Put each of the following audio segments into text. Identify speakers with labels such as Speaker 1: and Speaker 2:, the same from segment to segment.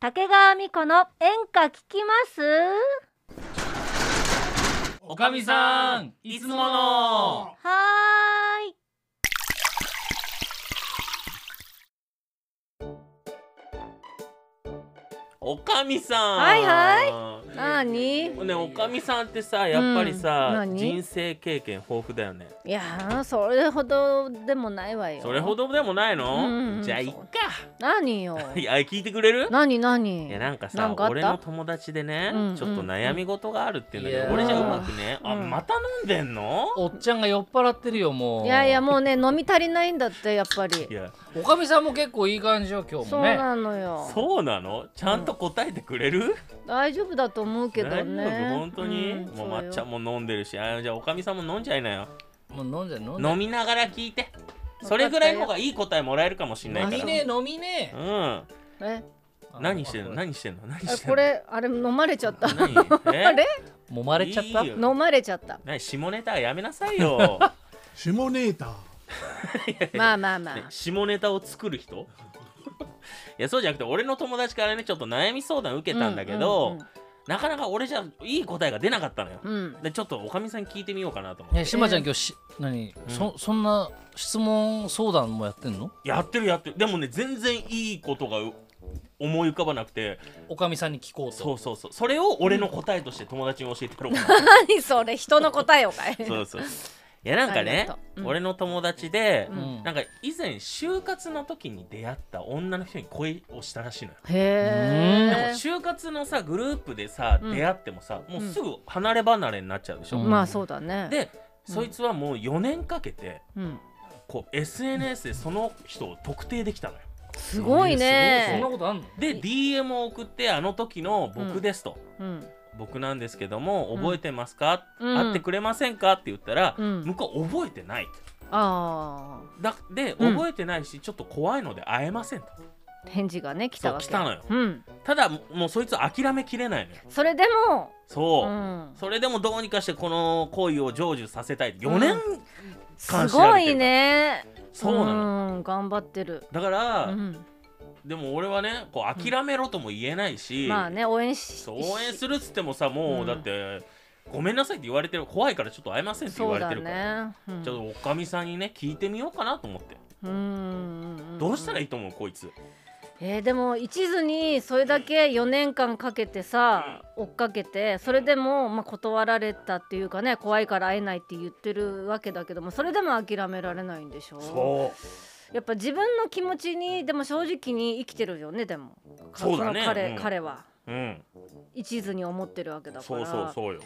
Speaker 1: 竹川美子の演歌聞きます
Speaker 2: おかみさんいつもの
Speaker 1: はーい
Speaker 3: おかみさん
Speaker 1: はい
Speaker 3: は
Speaker 1: なに
Speaker 3: ねおかみさんってさやっぱり
Speaker 1: うん
Speaker 3: さ、
Speaker 1: 何
Speaker 3: 人生経験豊富だよね
Speaker 1: いやーそれほどでもないわよ
Speaker 3: それほどでもないの、
Speaker 1: うんうん
Speaker 3: じゃあいっか
Speaker 1: 何よ
Speaker 3: いや聞いてくれる
Speaker 1: 何何
Speaker 3: いやなんかさ
Speaker 1: なんかあった
Speaker 3: 俺の友達でね、
Speaker 1: うんうん
Speaker 3: ちょっと悩み事があるっていうんだけ
Speaker 2: い
Speaker 3: ど、
Speaker 2: やー
Speaker 3: 俺じゃうまくね、あ
Speaker 1: うん
Speaker 3: また飲んでんの
Speaker 2: おっちゃんが酔っ払ってるよもう
Speaker 1: い
Speaker 2: い
Speaker 1: やいやもうね飲み足りないんだってやっぱり
Speaker 3: いや
Speaker 2: おかみさんも結構いい感じよ今日
Speaker 1: そ
Speaker 2: も
Speaker 1: う
Speaker 2: ね
Speaker 1: なのよ
Speaker 3: そうなのちゃんと答えてくれる、
Speaker 1: 大丈夫だと思うけど
Speaker 3: 大丈
Speaker 1: ね
Speaker 3: 夫本当に、
Speaker 1: うん
Speaker 3: もうまっちゃん
Speaker 1: そ
Speaker 3: も飲んでるしあじゃあおかみさんも飲んじゃいなよ
Speaker 2: もう飲んじゃえ飲んじゃ
Speaker 3: 飲みながら聞いてそれぐらいの方がいい答えもらえるかもしんない
Speaker 2: え飲
Speaker 3: か
Speaker 2: み
Speaker 3: ら
Speaker 2: ねえ飲みね
Speaker 3: うん
Speaker 1: うよえ
Speaker 2: え
Speaker 3: 何してんの
Speaker 2: あ
Speaker 3: 何してんの何
Speaker 1: あ
Speaker 3: してんの
Speaker 1: これあれ飲まれちゃった
Speaker 3: 何え
Speaker 1: あれ
Speaker 2: 揉まれちゃった
Speaker 3: いいよ
Speaker 1: 飲まれちゃった
Speaker 3: 何下ネタはやめなさいよ
Speaker 4: 下ネタ
Speaker 1: まあまあま
Speaker 3: ね
Speaker 1: あ
Speaker 3: 下ネタを作る人 いやそうじゃなくて俺の友達からねちょっと悩み相談受けたんだけど、なかなか俺じゃいい答えが出なかったのよ、
Speaker 1: うんうんうん
Speaker 3: でちょっとおかみさんに聞いてみようかなと思って
Speaker 2: えしまちゃん今日し何そそんな質問相談もやってんの
Speaker 3: やってるやってるでもね全然いいことがう思い浮かばなくて
Speaker 2: おかみさんに聞こうと
Speaker 3: そうそうそうそれを俺の答えとして友達に教えてやろうかな、
Speaker 1: 何それ人の答えをかい
Speaker 3: そうそういやなんか
Speaker 1: あり
Speaker 3: ね
Speaker 1: がと、ううん
Speaker 3: 俺の友達で、
Speaker 1: うん
Speaker 2: うん
Speaker 3: なんか以前就活の時に出会った女の人に恋をしたらしいのよ、
Speaker 1: へ
Speaker 3: でも
Speaker 1: え
Speaker 3: 就活のさグループでさ、
Speaker 1: うん
Speaker 3: 出会ってもさもうすぐ離れ離れになっちゃうでしょ、
Speaker 2: うん
Speaker 1: まあそうだね
Speaker 3: で
Speaker 1: うん
Speaker 3: そいつはもう4年かけて
Speaker 1: うん
Speaker 3: こう SNS でその人を特定できたのよ
Speaker 1: すごい
Speaker 2: そんな
Speaker 1: ね
Speaker 2: ことあんの
Speaker 3: で DM を送ってあの時の僕ですと、
Speaker 1: うん
Speaker 3: 僕なんですけども覚えてますか、
Speaker 1: うん
Speaker 3: 会ってくれませんかって言ったら、
Speaker 1: うん
Speaker 3: 向こう覚えてないと
Speaker 1: あ
Speaker 3: だで
Speaker 1: うん
Speaker 3: 覚えてないし、ちょっと怖いので会えませんと
Speaker 1: あ返事がね来たわけ
Speaker 3: そう来たのよ
Speaker 1: うん
Speaker 3: ただもうそいつ諦めきれないのよ
Speaker 1: それでも
Speaker 3: そうう、
Speaker 1: ん
Speaker 3: それでもどうにかしてこの恋を成就させたい
Speaker 1: うん
Speaker 3: 4年、
Speaker 1: すごいね
Speaker 3: そうなの
Speaker 1: うん頑張ってる
Speaker 3: だから、
Speaker 1: うん
Speaker 3: でも俺はねこう諦めろとも言えないし、
Speaker 1: まあね応援し
Speaker 3: そう応援するっつってもさも
Speaker 1: うん
Speaker 3: うだって、ごめんなさいって言われてる怖いからちょっと会えませんって言
Speaker 1: そ
Speaker 3: わ
Speaker 1: う
Speaker 3: れ
Speaker 1: だ
Speaker 3: てるから、
Speaker 1: ねうん
Speaker 3: ちょっとおかみさんにね聞いてみようかなと思って、
Speaker 1: うんうんん
Speaker 3: どうしたらいいと思うこいつ
Speaker 1: えー、でも一途にそれだけ4年間かけてさ追っかけてそれでもまあ断られたっていうかね怖いから会えないって言ってるわけだけどもそれでも諦められないんでしょ
Speaker 3: そう
Speaker 1: やっぱ自分の気持ちにでも正直に生きてるよねでもか
Speaker 3: そうだね
Speaker 1: の彼,、
Speaker 3: うん
Speaker 1: 彼は
Speaker 3: うん、
Speaker 1: 一途に思ってるわけだか
Speaker 3: そ
Speaker 1: ら
Speaker 3: うそうそうよ。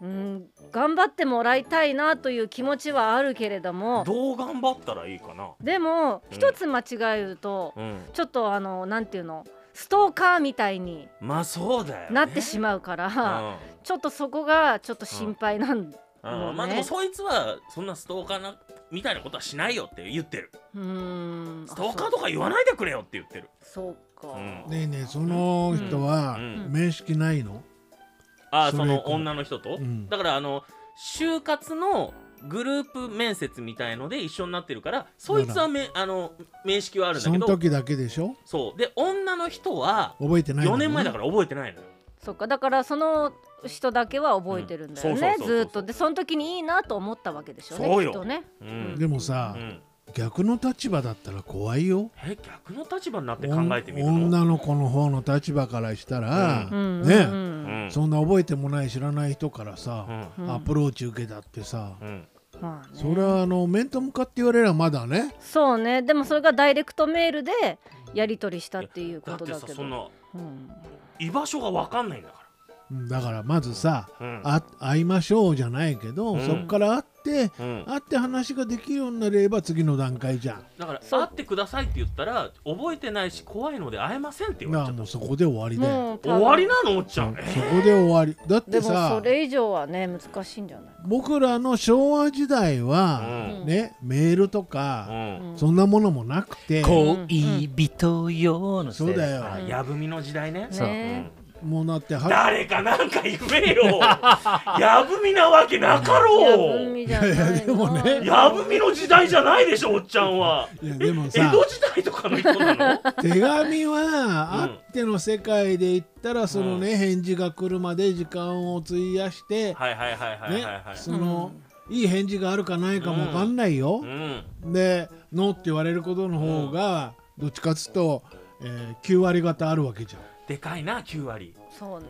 Speaker 1: うん、頑張ってもらいたいなという気持ちはあるけれども
Speaker 3: どう頑張ったらいいかな。
Speaker 1: でも
Speaker 3: うん
Speaker 1: 一つ間違えると、
Speaker 3: うん、
Speaker 1: ちょっとあのなんていうのストーカーみたいに
Speaker 3: まあそうだよ、ね。
Speaker 1: なってしまうから。
Speaker 3: ま
Speaker 1: ちょっとそこがちょっと心配なん、
Speaker 3: うん、うん
Speaker 1: もうね
Speaker 3: まあでもそいつはそんなストーカーなみたいなことはしないよって言ってる。
Speaker 1: うーん
Speaker 3: ストーカーとか言わないでくれよって言ってる。
Speaker 1: そうそうか、
Speaker 3: うん
Speaker 4: ねえねえその人は
Speaker 3: うん
Speaker 4: 面識ないの、
Speaker 3: ああ
Speaker 4: そ
Speaker 3: そ
Speaker 4: れ
Speaker 3: の女の人と、
Speaker 4: うん
Speaker 3: だからあの就活のグループ面接みたいので一緒になってるからそいつはめあの面識はあるんだ
Speaker 4: そ
Speaker 3: け
Speaker 4: の
Speaker 3: ど
Speaker 4: 時だけでしょ
Speaker 3: そうで女の人は
Speaker 4: 覚えてない
Speaker 3: 4年前だ
Speaker 4: か
Speaker 3: から覚えてないのよ。
Speaker 1: そうかだからその人だけは覚えてるんだよ
Speaker 3: うんそう
Speaker 1: ね
Speaker 3: そうそうそ
Speaker 1: ず
Speaker 3: う
Speaker 1: ーっとでその時にいいなと思ったわけでしょうね
Speaker 3: そうよ
Speaker 1: きっとね
Speaker 3: うん
Speaker 1: ん
Speaker 4: でもさ、
Speaker 3: うん、
Speaker 4: 逆の立場だったら怖いよ
Speaker 3: え逆の立場になって考えてみる
Speaker 4: お
Speaker 3: の
Speaker 4: ん女の子の方の立場からしたら、
Speaker 1: うんうんうん
Speaker 4: ねえ、
Speaker 3: うん
Speaker 4: そんな覚えてもない知らない人からさ、
Speaker 3: う
Speaker 1: うん
Speaker 4: アプローチ受けたってさ、
Speaker 3: んうん
Speaker 1: まあね
Speaker 4: それはあの面と向かって言われればまだね
Speaker 1: そうねでもそれがダイレクトメールでやり取りしたっていう
Speaker 3: だ
Speaker 1: こ
Speaker 3: っ
Speaker 1: と
Speaker 3: て
Speaker 1: だ
Speaker 3: さ
Speaker 1: けど
Speaker 3: そんな
Speaker 1: うん
Speaker 3: 居場所が分かんないんだか
Speaker 4: うんだからまずさ、
Speaker 3: ら、うん
Speaker 4: あ会いましょうじゃないけど、
Speaker 3: うん
Speaker 4: そこから会って、
Speaker 3: うん
Speaker 4: 会って話ができるようになれば次の段階じゃん
Speaker 3: だから会ってくださいって言ったら覚えてないし怖いので会えませんって言われ
Speaker 4: なあ
Speaker 3: ちゃった
Speaker 4: もうそこで終わりだよ、
Speaker 1: もう
Speaker 3: 終わり
Speaker 1: な
Speaker 3: なのおっちゃ
Speaker 4: うん
Speaker 3: ん、え
Speaker 4: そこで終わりだっ
Speaker 1: で
Speaker 4: て
Speaker 1: も
Speaker 4: さ
Speaker 1: それ以上はね難しいんじゃない
Speaker 4: 僕らの昭和時代は、
Speaker 1: うん
Speaker 4: ねメールとか、
Speaker 3: うん
Speaker 1: うん
Speaker 4: そんなものもなくて、
Speaker 2: 恋人よの
Speaker 4: そうだよ
Speaker 3: あ、矢文の時代ね
Speaker 1: ね
Speaker 2: そう
Speaker 1: ね
Speaker 4: もなっては
Speaker 3: 誰かなんか言えよやぶみなわけなかろ
Speaker 1: ぶ
Speaker 3: う
Speaker 1: みじゃない
Speaker 4: いやいやでもね
Speaker 3: やぶみの時代じゃないでしょおっちゃんはい
Speaker 4: やでも
Speaker 3: 江
Speaker 4: さ
Speaker 3: 戸時代とかの人なの
Speaker 4: 手紙はあっての世界で言ったらそのね返事が来るまで時間を費やして
Speaker 3: はいはいはいはいはい
Speaker 4: ね
Speaker 3: はい、
Speaker 4: そのいい返事があるかないかもわかんないよ
Speaker 3: う。ん
Speaker 4: で「ノー」って言われることの方がどっちかっつうと、えー9割方あるわけじゃん、
Speaker 3: でかいな9割
Speaker 1: そうね、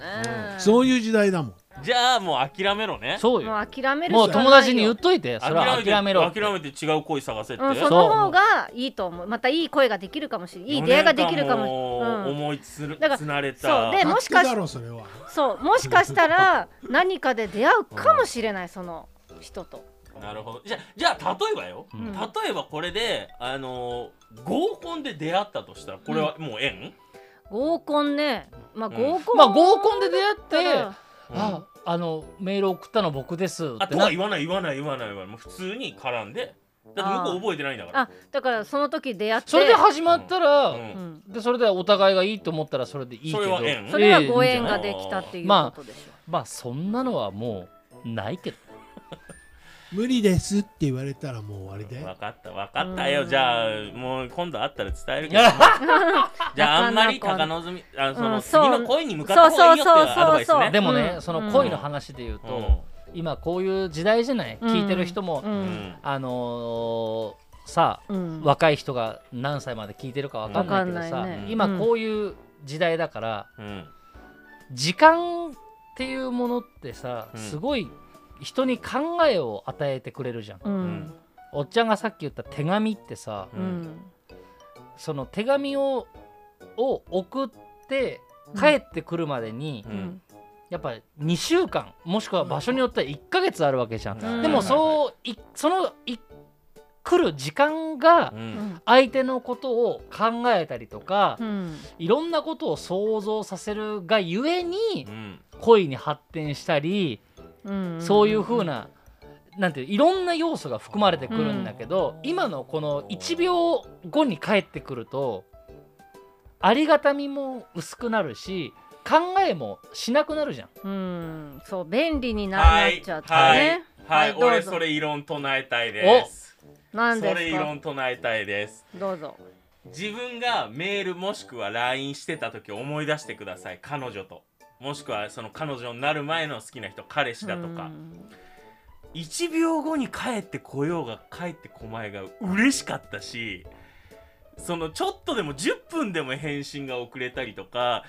Speaker 4: そういう時代だもん
Speaker 3: じゃあもう諦めろね
Speaker 2: そうよ
Speaker 1: もう諦めるしかないよ
Speaker 2: もう友達に言っといてそれは
Speaker 3: て
Speaker 2: 諦めろ
Speaker 3: 諦めて違う恋探せって、
Speaker 1: うん、その方がいいと思うまたいい声ができるかもしれないいい出会いができるかもし
Speaker 3: 四年間
Speaker 1: れない、
Speaker 3: 思いつる
Speaker 1: だから
Speaker 3: つなれた
Speaker 1: そうでえもしかし
Speaker 4: 勝手だろそれは
Speaker 1: うん、そうもしかしたら何かで出会うかもしれないその人と
Speaker 3: なるほどじゃじゃあ例えばよ、
Speaker 2: うん
Speaker 3: 例えばこれで、あのー合コンで出会ったとしたらこれはもう縁、
Speaker 1: 合コンねまあ
Speaker 3: うん
Speaker 1: 合コン、
Speaker 2: まあ合コンで出
Speaker 1: た
Speaker 2: 会って
Speaker 1: ら
Speaker 3: うん
Speaker 2: ああのメール送ったの僕ですっ
Speaker 3: あ
Speaker 2: て
Speaker 3: とは言わない言わない言わない言わないもう普通に絡んでだって向こう覚えてないんだから
Speaker 1: あだからその時出会って
Speaker 2: それで始まったら、
Speaker 3: うん
Speaker 1: うん、
Speaker 2: でそれでお互いがいいと思ったらそれでいいけど
Speaker 3: それは縁
Speaker 1: それは
Speaker 2: ええ
Speaker 1: ご
Speaker 2: いい
Speaker 1: 縁
Speaker 2: んじゃな
Speaker 1: が
Speaker 2: い
Speaker 1: できたっていう
Speaker 2: まあ
Speaker 1: ことでしょ、
Speaker 2: まあそんなのはもうな いけど
Speaker 4: 無理ですって言われたらもう終わり
Speaker 3: 分
Speaker 4: で
Speaker 3: かった分かったよ
Speaker 1: うん
Speaker 3: じゃあもう今度会ったら伝えるけどじゃああんまり
Speaker 1: なか
Speaker 3: 高
Speaker 1: なか
Speaker 3: 望みあその、
Speaker 1: うんそう
Speaker 3: 次の恋に向かった方がいいよっていうアドバイス
Speaker 1: そうそうそうそう
Speaker 3: ね
Speaker 2: でもね、
Speaker 1: うん
Speaker 2: その恋の話で言うと、今こういう時代じゃない、聞いてる人も、
Speaker 3: う
Speaker 1: う
Speaker 3: ん
Speaker 1: ん
Speaker 2: あのーさあ
Speaker 1: うん
Speaker 2: 若い人が何歳まで聞いてるかわかんないけど
Speaker 1: わ
Speaker 2: さ、
Speaker 1: かんない
Speaker 3: ね
Speaker 2: 今こういう時代だから、
Speaker 3: うん
Speaker 2: 時間っていうものってさ、
Speaker 3: うん
Speaker 2: すごい人に考えを与えてくれるじゃん。
Speaker 1: うんん
Speaker 2: おっちゃんがさっき言った手紙ってさ、
Speaker 3: う
Speaker 1: うんん
Speaker 2: その手紙をを送って帰ってくるまでに、
Speaker 3: う
Speaker 1: うんん
Speaker 2: やっぱり2週間もしくは場所によっては1ヶ月あるわけじゃん。
Speaker 1: うん
Speaker 2: でもそういそのい来る時間が
Speaker 3: うん
Speaker 1: うん
Speaker 2: 相手のことを考えたりとか、
Speaker 1: うん
Speaker 2: いろんなことを想像させるがゆえに
Speaker 3: うん
Speaker 2: 恋に発展したり、
Speaker 1: うん
Speaker 2: そういう風な、なんていういろんな要素が含まれてくるんだけど、今のこの1秒後に帰ってくるとありがたみも薄くなるし考えもしなくなるじゃん。
Speaker 1: うんそう便利にな
Speaker 3: は
Speaker 1: ないっちゃったね、
Speaker 3: はい、
Speaker 1: はいどうぞ
Speaker 3: 俺それ異論唱えたいです
Speaker 1: なん
Speaker 3: そ
Speaker 1: で
Speaker 3: れ
Speaker 1: す
Speaker 3: 異
Speaker 1: か
Speaker 3: 論唱えたいです
Speaker 1: どうぞ
Speaker 3: 自分がメールもしくは LINE してた時思い出してください彼女ともしくはその彼女になる前の好きな人彼氏だとか1秒後に帰ってこようが帰ってこまいが嬉しかったしそのちょっとでも10分でも返信が遅れたりとか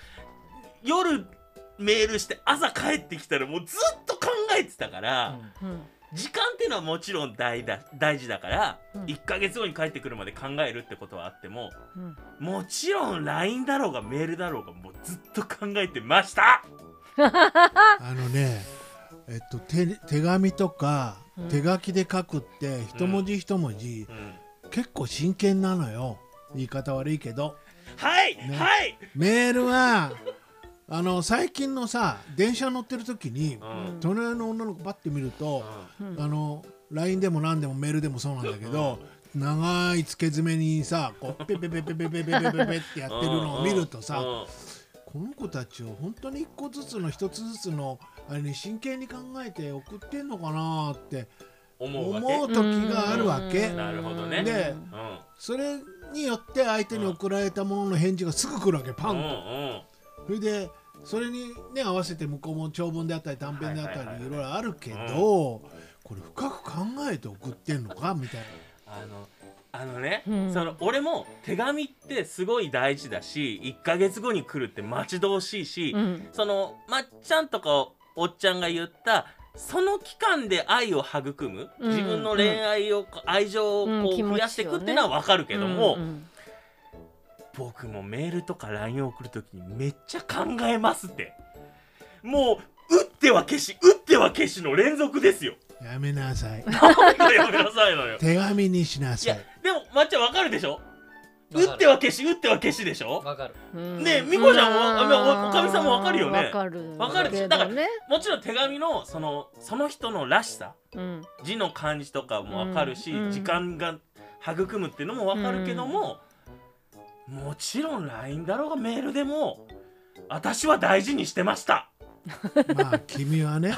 Speaker 3: 夜メールして朝帰ってきたらもうずっと考えてたから、
Speaker 1: うんうん
Speaker 3: 時間っていうのはもちろん大だ大事だから、
Speaker 1: うん
Speaker 3: 1ヶ月後に帰ってくるまで考えるってことはあっても
Speaker 1: うん
Speaker 3: もちろん LINE だろうがメールだろうがもうずっと考えてました
Speaker 4: あのねえっと手手紙とか
Speaker 1: うん
Speaker 4: 手書きで書くって一文字一文字、
Speaker 3: うん
Speaker 4: 結構真剣なのよ言い方悪いけど
Speaker 3: はい、
Speaker 4: ね
Speaker 3: はい、
Speaker 4: メールはあの最近のさ電車乗ってる時に
Speaker 3: うん
Speaker 4: 隣の女の子パッて見ると、
Speaker 1: うん
Speaker 4: あの LINE でも何でもメールでもそうなんだけど、長いつけ爪にさこうペペペペペペペペペペペってやってるのを見るとさ、
Speaker 3: うん
Speaker 4: この子たちを本当に一個ずつの一つずつのあれに真剣に考えて送ってんのかなーって
Speaker 3: 思うわけ
Speaker 4: 思う時があるわけ、
Speaker 1: うん
Speaker 3: なるほどね
Speaker 4: で
Speaker 3: うん
Speaker 4: それによって相手に送られたものの返事がすぐ来るわけパン
Speaker 3: うん
Speaker 4: と、それでそれにね合わせて向こうも長文であったり短編であったり、
Speaker 3: はい
Speaker 4: い
Speaker 3: はいはい
Speaker 4: ろいろあるけど、これ深く考えて送ってんのかみたいな。
Speaker 3: あのあのね、
Speaker 1: うん
Speaker 3: その俺も手紙ってすごい大事だし1ヶ月後に来るって待ち遠しいし、
Speaker 1: うん
Speaker 3: そのまっちゃんとかおっちゃんが言ったその期間で愛を育む、
Speaker 1: うん
Speaker 3: 自分の恋愛を、こう愛情をこ
Speaker 1: うん
Speaker 3: う
Speaker 1: 気持ちをね
Speaker 3: 増やしていくっていうのは分かるけども、
Speaker 1: うん
Speaker 3: 僕もメールとか LINE を送るときにめっちゃ考えますってもう打っては消し打っては消しの連続です よ
Speaker 4: やめなさ
Speaker 3: や
Speaker 4: い。
Speaker 3: めなさいのよ
Speaker 4: 手紙にしないさ
Speaker 3: や
Speaker 4: い。
Speaker 3: でもまっちゃん分かるでしょ
Speaker 2: わかる
Speaker 3: 打っては消し打っては消しでしょ
Speaker 2: わかる
Speaker 1: うん
Speaker 3: ねえ美子ちゃんは
Speaker 1: う
Speaker 3: あおおかみさんもわかるよね
Speaker 1: わかる
Speaker 3: わかる
Speaker 1: け
Speaker 3: だから
Speaker 1: どね
Speaker 3: もちろん手紙のそのその人のらしさ
Speaker 1: うん
Speaker 3: 字の感じとかもわかるし、
Speaker 1: うんうん
Speaker 3: 時間が育むっていうのもわかるけども、もちろん LINE だろうがメールでも私は大事にしてました
Speaker 4: まあ君はね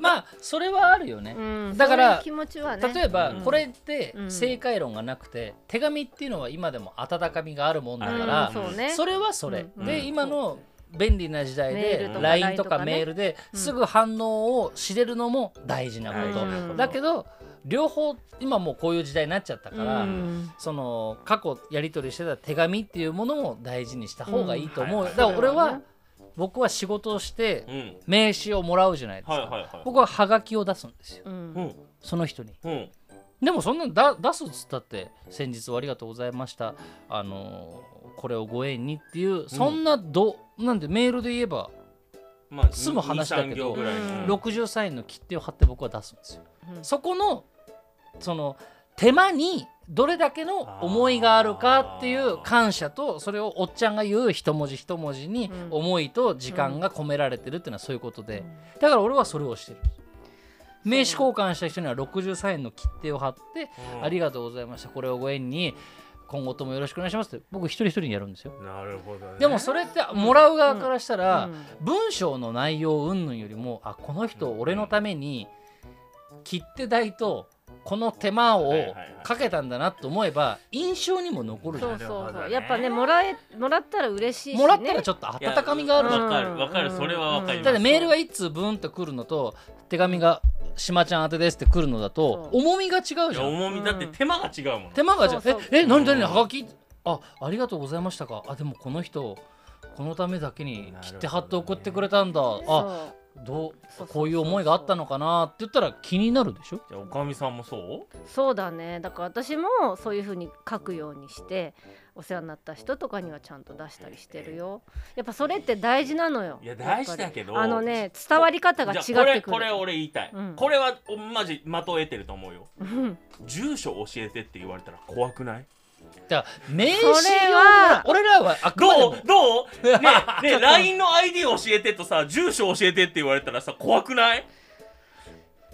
Speaker 2: まあそれはあるよね、
Speaker 1: うん
Speaker 2: だから
Speaker 1: そういう気持ちはね
Speaker 2: 例えば
Speaker 3: うん
Speaker 2: これって
Speaker 1: うん
Speaker 2: 正解論がなくて、手紙っていうのは今でも温かみがあるもんだか
Speaker 1: う
Speaker 2: ら
Speaker 1: ん、そうね
Speaker 2: それはそれ、
Speaker 1: うん
Speaker 2: で
Speaker 1: うん
Speaker 2: 今の便利な時代
Speaker 1: メー
Speaker 2: で
Speaker 1: ルと
Speaker 2: LINE と
Speaker 1: か
Speaker 2: か
Speaker 1: LINE とかね
Speaker 2: メールで
Speaker 1: うん
Speaker 2: すぐ反応を知れるのも大事なこ
Speaker 1: ん
Speaker 2: と、
Speaker 1: 大事なこと
Speaker 2: だけど両方今もうこういう時代になっちゃったから、
Speaker 1: うん
Speaker 2: その過去やり取りしてた手紙っていうものも大事にした方がいいと思う、
Speaker 3: うんはい
Speaker 2: だから俺
Speaker 1: そうだ
Speaker 2: は
Speaker 1: ね
Speaker 2: 僕は仕事をして
Speaker 3: うん
Speaker 2: 名刺をもらうじゃないですか、
Speaker 3: はいはいはい
Speaker 2: 僕はハガキを出すんですよ
Speaker 1: うん
Speaker 3: うん
Speaker 2: その人に。
Speaker 3: うん
Speaker 2: でもそんなのだ出すっつったって先日はありがとうございましたあのーこれをご縁にっていうそんなど、なんでメールで言えば
Speaker 3: まあ
Speaker 2: 済む話だけ
Speaker 3: 2 3行
Speaker 2: ど
Speaker 3: ぐらい
Speaker 1: うん
Speaker 2: 60歳の切手を貼って僕は出すんですよ、
Speaker 1: うん
Speaker 2: そこのその手間にどれだけの思いがあるかっていう感謝とそれをおっちゃんが言う一文字一文字に
Speaker 1: うん
Speaker 2: 思いと時間が込められてるっていうのはそういうことでだから俺はそれをしてる名刺交換した人には63円の切手を貼って
Speaker 3: うん
Speaker 2: ありがとうございました。これをご縁に今後ともよろしくお願いしますって僕一人一人にやるんですよ。
Speaker 3: なるほどね
Speaker 2: でもそれってもらう側からしたら、
Speaker 1: うん
Speaker 2: 文章の内容云々よりもあこの人俺のために切手代とこの手間を
Speaker 3: はいはいはい
Speaker 2: かけたんだなと思えば印象にも残るじゃな
Speaker 1: そう
Speaker 2: い
Speaker 1: そう
Speaker 3: なるほ
Speaker 1: そ
Speaker 3: ど
Speaker 1: う
Speaker 3: ね
Speaker 1: やっぱねもらえもらったら嬉しいしね
Speaker 2: もらったらち
Speaker 1: ょっ
Speaker 2: ょっと温かみがあるじゃん
Speaker 3: わ
Speaker 1: い
Speaker 3: か
Speaker 1: や
Speaker 3: るわかる
Speaker 1: うん
Speaker 3: それはわかります
Speaker 2: だってメールが1通ブーンと来るのと手紙が「しまちゃん宛てです」って来るのだと
Speaker 1: そう
Speaker 2: 重みが違うじゃん
Speaker 3: いや重みだって手間が違うもん
Speaker 2: 手間がじゃん
Speaker 1: そうそう
Speaker 2: ええ何何
Speaker 3: うん
Speaker 2: はがきあありがとうございましたかあでもこの人このためだけに切手貼って送ってくれたんだ、あ
Speaker 1: あ
Speaker 2: ど
Speaker 1: そううそう
Speaker 2: こういう思いがあったのかなって言ったら気になるでしょ
Speaker 3: じゃあおかみさんもそう
Speaker 1: そうだねだから私もそういう風に書くようにしてお世話になった人とかにはちゃんと出したりしてるよやっぱそれって大事なのよ
Speaker 3: いや
Speaker 1: っぱ
Speaker 3: 大
Speaker 1: り
Speaker 3: 事だけど
Speaker 1: あのね伝わり方が違って
Speaker 3: じ
Speaker 1: く
Speaker 3: ゃあこ
Speaker 1: る
Speaker 3: れこれ俺言いたい、
Speaker 1: うん
Speaker 3: これはおマジ的を得てると思うよ
Speaker 1: うん
Speaker 3: 住所教えてって言われたら怖くない
Speaker 2: だから名刺
Speaker 1: それ
Speaker 2: は
Speaker 1: は
Speaker 2: 俺らはあくまで
Speaker 3: ど
Speaker 2: も
Speaker 3: うどう ねえねえ LINE の ID 教えてとさ住所教えてって言われたらさ怖くない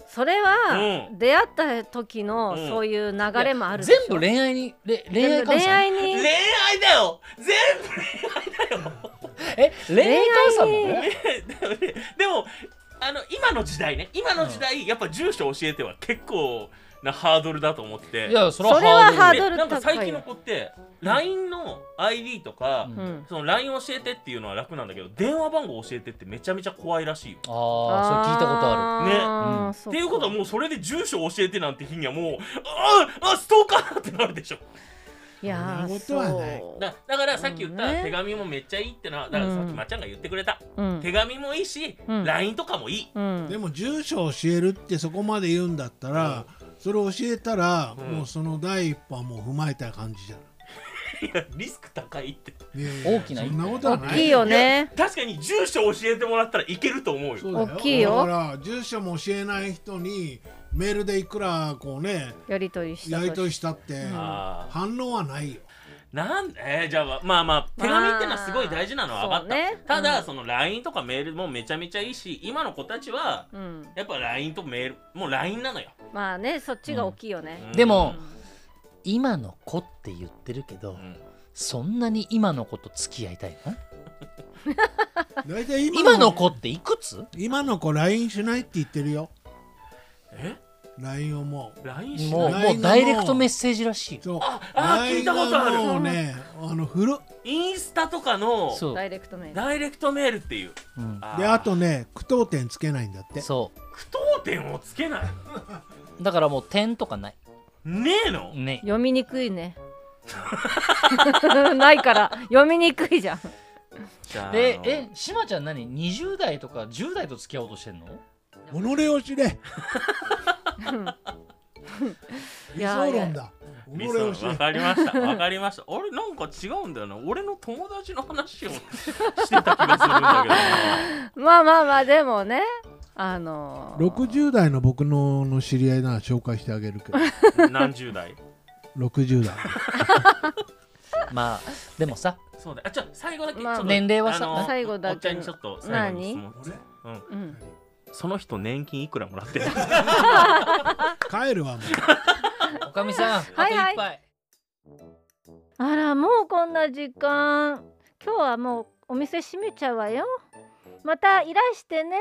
Speaker 1: それは
Speaker 3: う
Speaker 1: 出会った時の
Speaker 3: うん
Speaker 1: そういう流れもあるでし
Speaker 2: 全部
Speaker 1: ょ
Speaker 2: 恋愛にれ恋愛
Speaker 1: 全部
Speaker 2: 換
Speaker 1: 恋
Speaker 2: 算
Speaker 1: 愛に
Speaker 3: 恋愛だよ全
Speaker 2: え恋愛換算なの
Speaker 1: 恋
Speaker 3: 部でもあの今の時代ね今の時代、やっぱ住所教えては結構なハードルだと思ってて
Speaker 2: いやそれ
Speaker 1: それは
Speaker 2: はハ
Speaker 1: ハ
Speaker 2: ー
Speaker 1: ー
Speaker 2: ドル
Speaker 1: ドル
Speaker 3: でなんか
Speaker 1: 高い
Speaker 3: 最近の子って LINE の ID とか、
Speaker 2: うん
Speaker 1: うん
Speaker 3: その LINE 教えてっていうのは楽なんだけど電話番号教えてってめちゃめちゃ怖いらしいよ
Speaker 2: ああそれ聞いたことある
Speaker 3: ね
Speaker 1: あー
Speaker 2: うん
Speaker 1: そ
Speaker 3: っていうことはもうそれで住所教えてなんて日にはもうああストーカーってなるでしょ
Speaker 1: いやー
Speaker 4: そんなことはない
Speaker 1: そう
Speaker 3: だだからさっき言った
Speaker 1: うんね
Speaker 3: 手紙もめっちゃいいってのはだからさっきまっちゃんが言ってくれた
Speaker 1: うん
Speaker 3: 手紙もいいし
Speaker 1: うん
Speaker 3: LINE とかもい い
Speaker 1: うん
Speaker 4: でも住所教えるってそこまで言うんだったら、それ教えたら、
Speaker 3: うん
Speaker 4: もうその第一歩はもう踏まえた感じじゃん
Speaker 3: いやリスク高いって
Speaker 4: いやいや
Speaker 2: 大きな
Speaker 4: そ
Speaker 2: 一
Speaker 4: ん
Speaker 2: 歩
Speaker 4: なことはない
Speaker 1: いいよね
Speaker 3: 確かに住所教えてもらったらいけると思うよ
Speaker 4: そうだ
Speaker 1: 大きいよ
Speaker 4: だから住所も教えない人にメールでいくらこうね
Speaker 1: やりとりしたと
Speaker 4: やり
Speaker 1: し
Speaker 4: とりしたって、
Speaker 3: あー
Speaker 4: 反応はないよ
Speaker 3: なんえーじゃあまあまあ手紙ってのはすごい大事なのは分かった、
Speaker 1: まあそうね
Speaker 3: ただ、
Speaker 1: うん
Speaker 3: その LINE とかメールもめちゃめちゃいいし今の子たちは
Speaker 1: うん
Speaker 3: やっぱ LINE とメールもう LINE なのよ、
Speaker 1: まあねそっちが大きいよね、
Speaker 3: うん
Speaker 2: でも
Speaker 1: うん
Speaker 2: 今の子って言ってるけど、
Speaker 3: うん
Speaker 2: そんなに今の子と付き合いたいの
Speaker 4: 大体今
Speaker 2: 今の子っていくつ
Speaker 4: 今の子 LINE しないって言ってるよ
Speaker 3: え
Speaker 4: LINE をもう
Speaker 3: LINE し
Speaker 2: もう
Speaker 3: ない
Speaker 2: もうダイレクトメッセージらしいよ
Speaker 4: そう
Speaker 3: あー聞いたことある
Speaker 4: LINE はもうねあの古っ
Speaker 3: インスタとかの
Speaker 2: そう
Speaker 1: ダイレクトメール
Speaker 3: ダイレクトメールっていう
Speaker 2: うん
Speaker 4: で
Speaker 3: ー
Speaker 4: あとね句読点つけないんだって
Speaker 2: そ
Speaker 3: 句読点をつけないう
Speaker 2: だからもう点とかない
Speaker 3: ねえの
Speaker 2: ね
Speaker 1: 読みにくいね ないから読みにくいじゃん
Speaker 2: でえしまちゃん何20代とか10代と付き合おうとしてんの
Speaker 4: 己を知れ
Speaker 1: い
Speaker 4: 理
Speaker 1: や
Speaker 4: 想論だ己
Speaker 3: ミ
Speaker 4: を
Speaker 3: ス
Speaker 4: 知
Speaker 3: さんわか
Speaker 4: れ
Speaker 3: りましたわかりま したあれなんか違うんだよな俺の友達の話をしてた気がするんだ
Speaker 1: まあまあまあでもねあのー、
Speaker 4: 60代の僕のの知り合いなら紹介してあげるけど
Speaker 3: けどな 何十代
Speaker 4: 60代
Speaker 2: まあでもさ
Speaker 3: そうだあじゃ最後だけ、
Speaker 1: まあ
Speaker 3: ちょっと
Speaker 2: 年齢はさ
Speaker 3: あの
Speaker 1: 最後だけ
Speaker 3: おっちゃんにちょっと最後に質問うん
Speaker 1: うん、
Speaker 3: その人年金いくらもらってる
Speaker 4: 帰るわもう
Speaker 2: おかみ さんあと一
Speaker 1: はいはい
Speaker 2: 杯
Speaker 1: あらもうこんな時間今日はもう
Speaker 5: お店閉めちゃうわよまたいらしてね